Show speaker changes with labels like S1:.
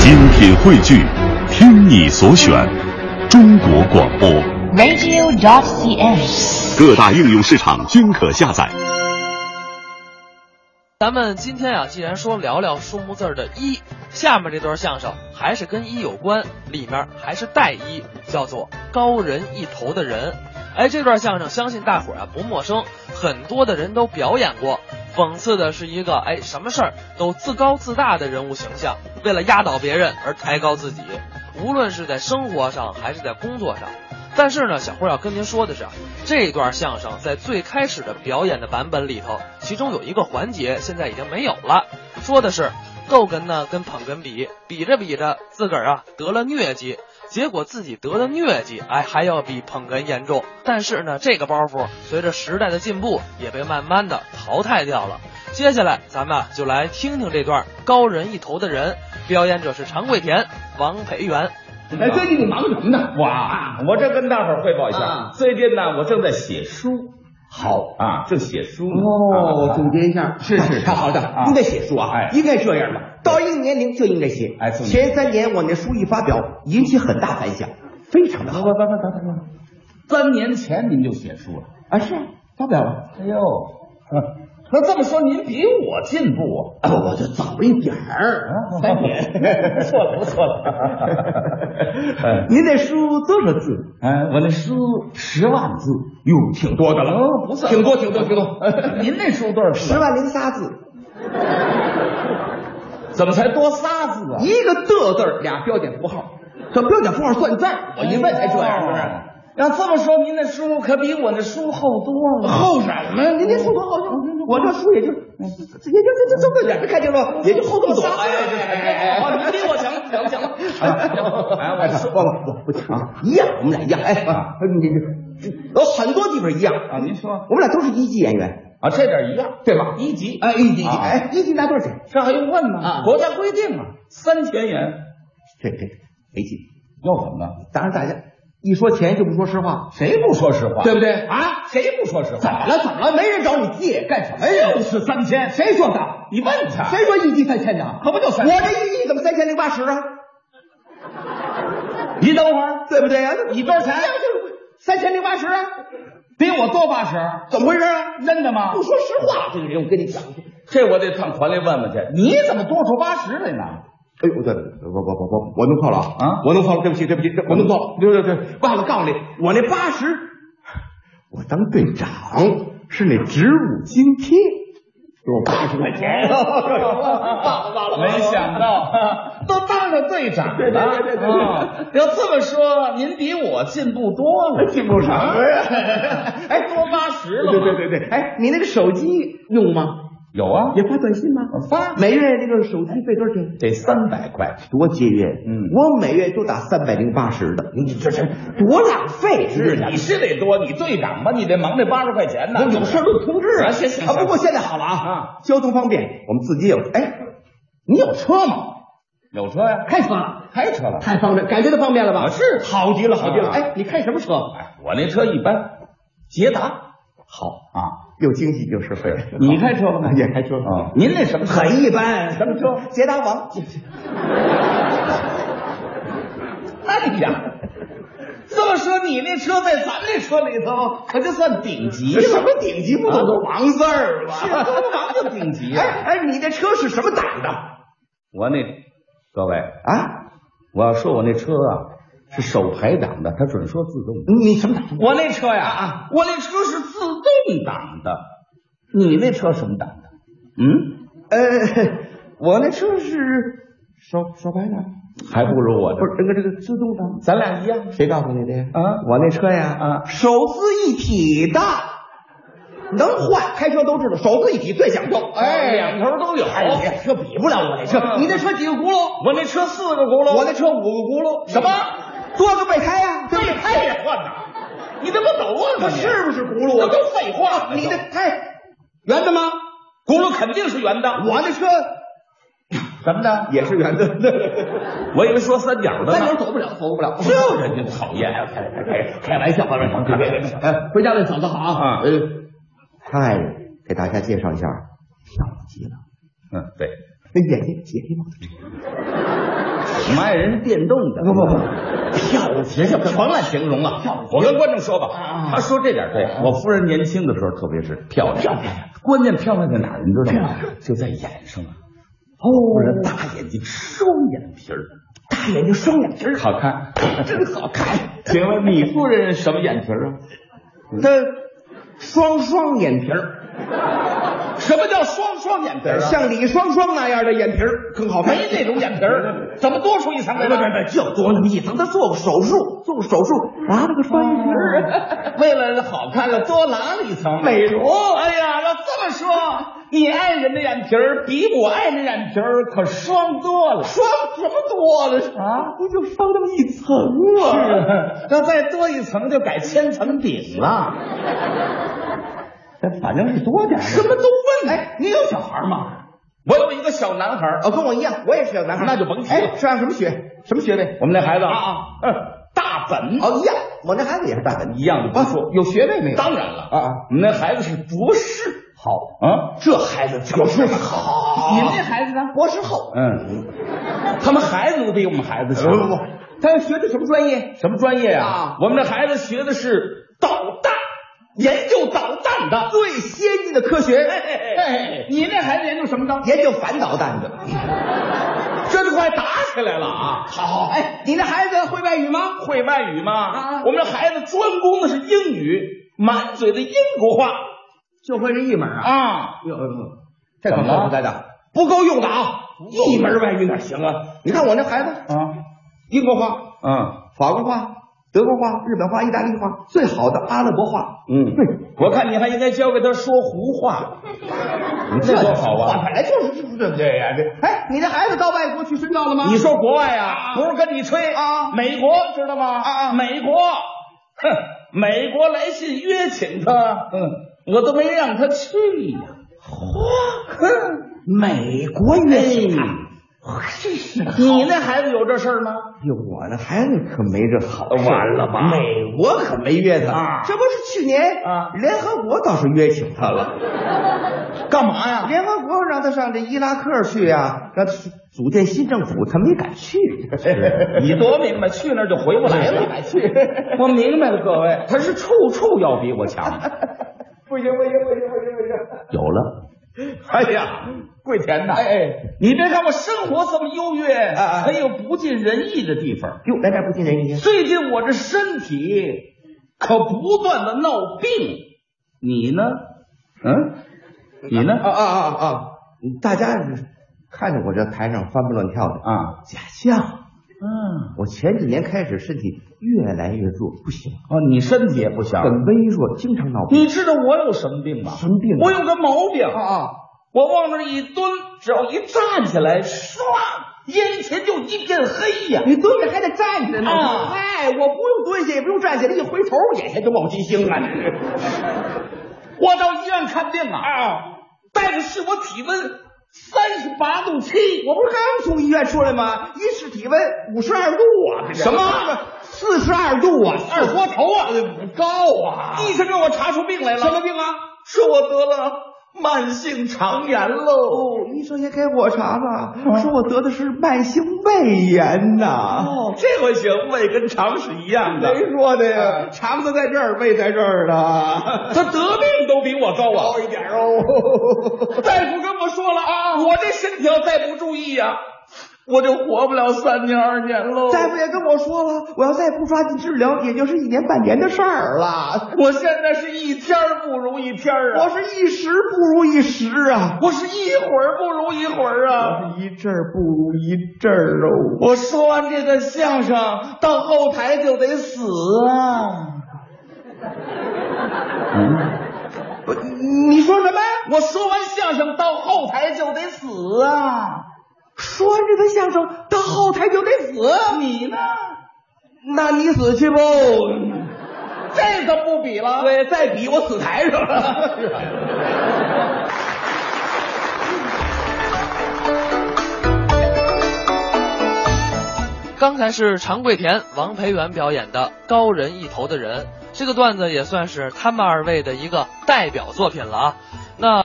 S1: 精品汇聚，听你所选，中国广播。
S2: radio.cn。
S1: 各大应用市场均可下载。
S3: 咱们今天啊，既然说聊聊数目字儿的“一”，下面这段相声还是跟“一”有关，里面还是带“一”，叫做“高人一头的人”。哎，这段相声相信大伙儿啊不陌生，很多的人都表演过。讽刺的是一个哎什么事儿都自高自大的人物形象，为了压倒别人而抬高自己，无论是在生活上还是在工作上。但是呢，小辉要跟您说的是啊，这段相声在最开始的表演的版本里头，其中有一个环节现在已经没有了，说的是逗哏呢跟捧哏比，比着比着自个儿啊得了疟疾，结果自己得了疟疾，哎还要比捧哏严重。但是呢，这个包袱随着时代的进步也被慢慢的淘汰掉了。接下来咱们啊就来听听这段高人一头的人，表演者是常贵田、王培元。
S4: 哎，最近你忙什么呢？
S5: 我啊，我这跟大伙儿汇报一下，
S4: 啊
S5: 最近呢，我正在写书，
S4: 好
S5: 啊，正写书呢
S4: 哦，
S5: 啊
S4: 总结一下，
S5: 是是是
S4: 太 好的
S5: 啊，
S4: 应该写书啊，
S5: 哎
S4: 应该这样吧，到一定年龄就应该写。
S5: 哎这么
S4: 前三年我那书一发表，引起很大反响，非常的好
S5: 等会儿等会儿等会儿等会儿三年前您就写书了，
S4: 啊，是啊发表了
S5: 哎呦，呵那这么说您比我进步
S4: 啊，我就早一点儿，
S5: 啊？
S4: 三年，
S5: 不错了，不错了。哎
S4: 您那书多少字？
S5: 哎，我那书十万字，
S4: 哟，挺多的了，
S5: 哦，不算，
S4: 挺多，挺多，挺多，
S5: 您那书多少字
S4: 十
S5: 啊？
S4: 万零仨字，
S5: 怎么才多仨字啊？
S4: 一个的字儿，俩标点符号，这标点符号算账，我一问才这样，是不是？
S5: 要这么说，您的书可比我那书厚多了。
S4: 厚什么呀？您这书多厚用？我这书也就也就这这这么点儿，看见了吗？也就厚这么仨字儿。
S5: 您比我强，强强了。哎，我
S4: 不
S5: 说
S4: 不不不强，一样，我们俩一样。哎，你这这有很多地方一样，
S5: 啊，您说
S4: 我们俩都是一级演员，
S5: 啊，这点一样，
S4: 对吧？
S5: 一级，
S4: 哎，一级，
S5: 啊
S4: 哎，一级拿多少钱？
S5: 这还用问吗？
S4: 啊
S5: 国家规定啊，三千元。
S4: 这这没劲。
S5: 又怎么了？
S4: 当然，大家一说钱就不说实话，
S5: 谁不说实话？
S4: 对不对？
S5: 啊，谁不说实话？
S4: 怎么了？怎么了？没人找你借干什么呀？
S5: 就是三千，
S4: 谁说的？
S5: 你问他，
S4: 谁说一级三千的？
S5: 可不就
S4: 我
S5: 三千？
S4: 这一级怎么三千零八十啊？
S5: 你等会儿，
S4: 对不对啊？那
S5: 你多少钱
S4: 哎呀这三千零八十啊？
S5: 比我多八十，
S4: 怎么回事啊？
S5: 真的吗
S4: 不说实话，这个人我跟你讲，哎
S5: 这我得上团里问问去。你怎么多出八十来呢？
S4: 哎呦，对，我我我我我弄错了
S5: 啊
S4: 我弄错了，对不起对不起，我弄错了，嗯对对对，忘了告诉你，我那八十，我当队长是那职务津贴，给我八十块 钱，忘了忘了，
S5: 没 想到，都当上队长了。
S4: 对对对对对对
S5: 啊要这么说，您比我进步多了。
S4: 进步什么呀？
S5: 哎，多八十了
S4: 对对对对，哎，你那个手机用吗？
S5: 有啊，
S4: 也发短信吗？
S5: 发
S4: 每月这个手机费多少钱？
S5: 得三百块。
S4: 多节约。
S5: 嗯
S4: 我每月就打三百零八十的，你这这多浪费，是不
S5: 你
S4: 是？
S5: 是得多，你队长吧，你得忙这八十块钱呢。
S4: 有事儿就通知
S5: 啊行行行
S4: 啊，不过现在好了啊，
S5: 啊
S4: 交通方便，我们自己有。哎，你有车吗？
S5: 有车呀，
S4: 开车了，
S5: 开车了。
S4: 太方便，感觉到方便了吧？
S5: 啊是
S4: 好极了，好极了。
S5: 啊
S4: 哎，你开什么车？
S5: 哎，我那车一般，捷达
S4: 好，
S5: 啊。
S4: 又经济又实惠。
S5: 你开车了吗？
S4: 也开车
S5: 啊。您那什么车？
S4: 很一般，
S5: 什么 车？
S4: 捷达王。
S5: 哎呀，这么说你那车在咱这车里头，可就算顶级
S4: 这什
S5: 了。
S4: 么顶级不都个王字儿吗？
S5: 是啊都是王字顶级 啊
S4: 哎哎，你这车是什么档的
S5: 我那各位，
S4: 啊？
S5: 我要说我那车啊是手排档的，它准说自动。
S4: 你什么档？
S5: 我那车呀啊，我那车是自动挡的，你那车什么档的？嗯，
S4: 呃，我那车是手手排档，
S5: 还不如我
S4: 不是
S5: 这。
S4: 那个这个自动挡。
S5: 咱俩一样，
S4: 谁告诉你的呀？
S5: 啊
S4: 我那车呀，
S5: 啊
S4: 手自一体的，能换。开车都知道，手自一体最讲究。哎，
S5: 两头都有
S4: 哎，你这车比不了我那车。
S5: 啊
S4: 哎你那车几个轱辘？
S5: 我那车四个轱辘，
S4: 我那车五个轱辘。
S5: 什么？
S4: 多个备胎呀、对不对
S5: 备胎也换呐？ 你这不抖啊？
S4: 它是不是轱辘啊？
S5: 我都废话了
S4: 你的胎圆的吗？
S5: 轱辘肯定是圆的。
S4: 我那车
S5: 什么的？
S4: 也是圆的，
S5: 我以为说三角的呢。
S4: 三轮走不了，走不了。
S5: 就人家讨厌，啊开开开玩笑，开玩笑，开玩笑。
S4: 哎，回家问嫂子好
S5: 啊
S4: 呃，太给大家介绍一下，漂亮极了，哎
S5: 嗯，对，
S4: 那眼睛斜黑往
S5: 我们爱人是电动的，
S4: 不不不，
S5: 票节就甭乱形容了。我跟观众说
S4: 啊
S5: 吧，他说这点对。我夫人年轻的时候特别是漂亮，漂亮。关键漂亮在哪儿？你知道吗？就在眼上啊。哦，大眼睛，双眼皮儿，
S4: 大眼睛双眼皮儿，
S5: 好看，真好看。请问你夫人什么眼皮儿啊？
S4: 他双双眼皮儿，
S5: 什么叫双双眼皮儿啊？
S4: 像李双双那样的眼皮儿更好看。
S5: 没那种眼皮儿，怎么多出一层来了？
S4: 就多那么一层，他做过手术，做过手术，拿了啊个双眼皮儿，
S5: 为了好看了，多拿了一层
S4: 美容
S5: 哎呀，要这么说，你爱人的眼皮儿比我爱人的眼皮儿可双多了。
S4: 双什么多了啊？不就双那么一层
S5: 啊
S4: 吗？
S5: 要再多一层就改千层顶 了。哎反正是多点什么都问。哎，你有小孩吗？我有一个小男孩儿，
S4: 哦，跟我一样，我也是小男孩，
S5: 那就甭提了
S4: 哎，上什么学？什么学位？
S5: 我们那孩子
S4: 啊啊，
S5: 嗯，大本
S4: 哦，一样，我那孩子也是大本
S5: 一样的不
S4: 啊
S5: 错。
S4: 有学位没有？
S5: 当然了
S4: 啊啊
S5: 我们那孩子是博士。
S4: 好，
S5: 啊，
S4: 这孩子博士好，
S5: 你们那孩子呢？
S4: 博士后，
S5: 嗯，他们孩子都比我们孩子强。
S4: 不不不，
S5: 他学的什么专业？哎什么专业
S4: 啊
S5: 我们这孩子学的是导弹，研究导弹的。
S4: 最先进的科学，
S5: 哎，你那孩子研究什么的？
S4: 研究反导弹的。
S5: 这就快打起来了啊！
S4: 好好，哎，你那孩子会外语吗？
S5: 会外语吗？
S4: 啊
S5: 我们这孩子专攻的是英语，满嘴的英国话
S4: 就会这一门啊？
S5: 啊！
S4: 哟，哟这
S5: 怎
S4: 可
S5: 么了
S4: 不该的，不够用的啊！一门外语哪行啊？你看我那孩子，
S5: 啊，
S4: 英国话、
S5: 嗯
S4: 法国话、德国话、日本话、意大利话，最好的阿拉伯话。
S5: 嗯， 我看你还应该教给他说 胡话，你这多好
S4: 话
S5: 啊！
S4: 本来就是对不对呀？这哎，你那孩子到外国去深造了吗？
S5: 你说国外啊，不是跟你吹
S4: 啊
S5: 美国知道吗？
S4: 啊啊
S5: 美国，哼，美国来信约请他，嗯，我都没让他去呀。嚯，哼，
S4: 美国
S5: 哎
S4: 也行啊？
S5: 你那孩子有这事儿吗？
S4: 哟，我那孩子可没这好事
S5: 完了吧
S4: 美国可没约他，
S5: 啊
S4: 这不是去年
S5: 啊
S4: 联合国倒是约请他了。
S5: 干嘛呀？
S4: 联合国让他上这伊拉克去啊，让他去组建新政府，他没敢 去。
S5: 你多明白，去那儿就回不来了。 我明白了，各位，他是处处要比我强。
S4: 不行不行不行不行不行！
S5: 有了，哎呀，跪田呐！哎哎，你别看我生活这么优越，
S4: 啊啊
S5: 还有不尽人意的地方。
S4: 哟，来点不尽人意。
S5: 最近我这身体可不断的闹病，你呢？嗯，你呢？
S4: 啊啊啊啊！大家看着我这台上翻蹦乱跳的，
S5: 啊，
S4: 假象。
S5: 嗯，
S4: 我前几年开始身体越来越弱，不行，
S5: 哦，你身体也不小。
S4: 很微弱，经常闹病。
S5: 你知道我有什么病吗？
S4: 什么病啊
S5: 我有个毛病
S4: 啊啊！
S5: 我往那儿一蹲，只要一站起来，唰，眼前就一片黑呀！
S4: 你蹲着还得站着呢。
S5: 啊
S4: 嗨，我不用蹲下，也不用站起来，一回头眼前就冒金星啊！你
S5: 我到医院看病啊，啊，大夫是我体温三十八度七，
S4: 我不是刚从医院出来吗？一试体温五十二度啊！
S5: 什么
S4: 四十二度啊！
S5: 二锅头啊，
S4: 高啊！
S5: 医生给我查出病来了，
S4: 什么病啊？
S5: 说我得了慢性肠炎喽。
S4: 哦，医生也给我查了，说我得的是慢性胃炎呐。
S5: 哦，这回行，胃跟肠是一样的。
S4: 谁说的呀？肠子在这儿，胃在这儿啊呢。
S5: 他得病都比我高啊！
S4: 高一点哦。
S5: 大夫跟我说了啊，我这身体要再不注意呀、我就活不了三年二年喽。
S4: 大夫也跟我说了，我要再不抓紧治疗，也就是一年半年的事儿了。
S5: 我现在是一天儿不如一天儿
S4: 我
S5: 啊，
S4: 是一时不如一时啊，
S5: 我是一会儿不如一会儿啊。
S4: 一阵儿不如一阵儿哦。
S5: 我说完这段相声，到后台就得死啊！
S4: 不你说什么？
S5: 我说完相声到后台就得死啊！
S4: 说完这个相声到后台就得死？
S5: 啊你呢？
S4: 那你死去吧。
S5: 这可不比了。
S4: 对，再比我死台上了。
S3: 刚才是常贵田、王培元表演的《高人一头的人》，这个段子也算是他们二位的一个代表作品了啊。那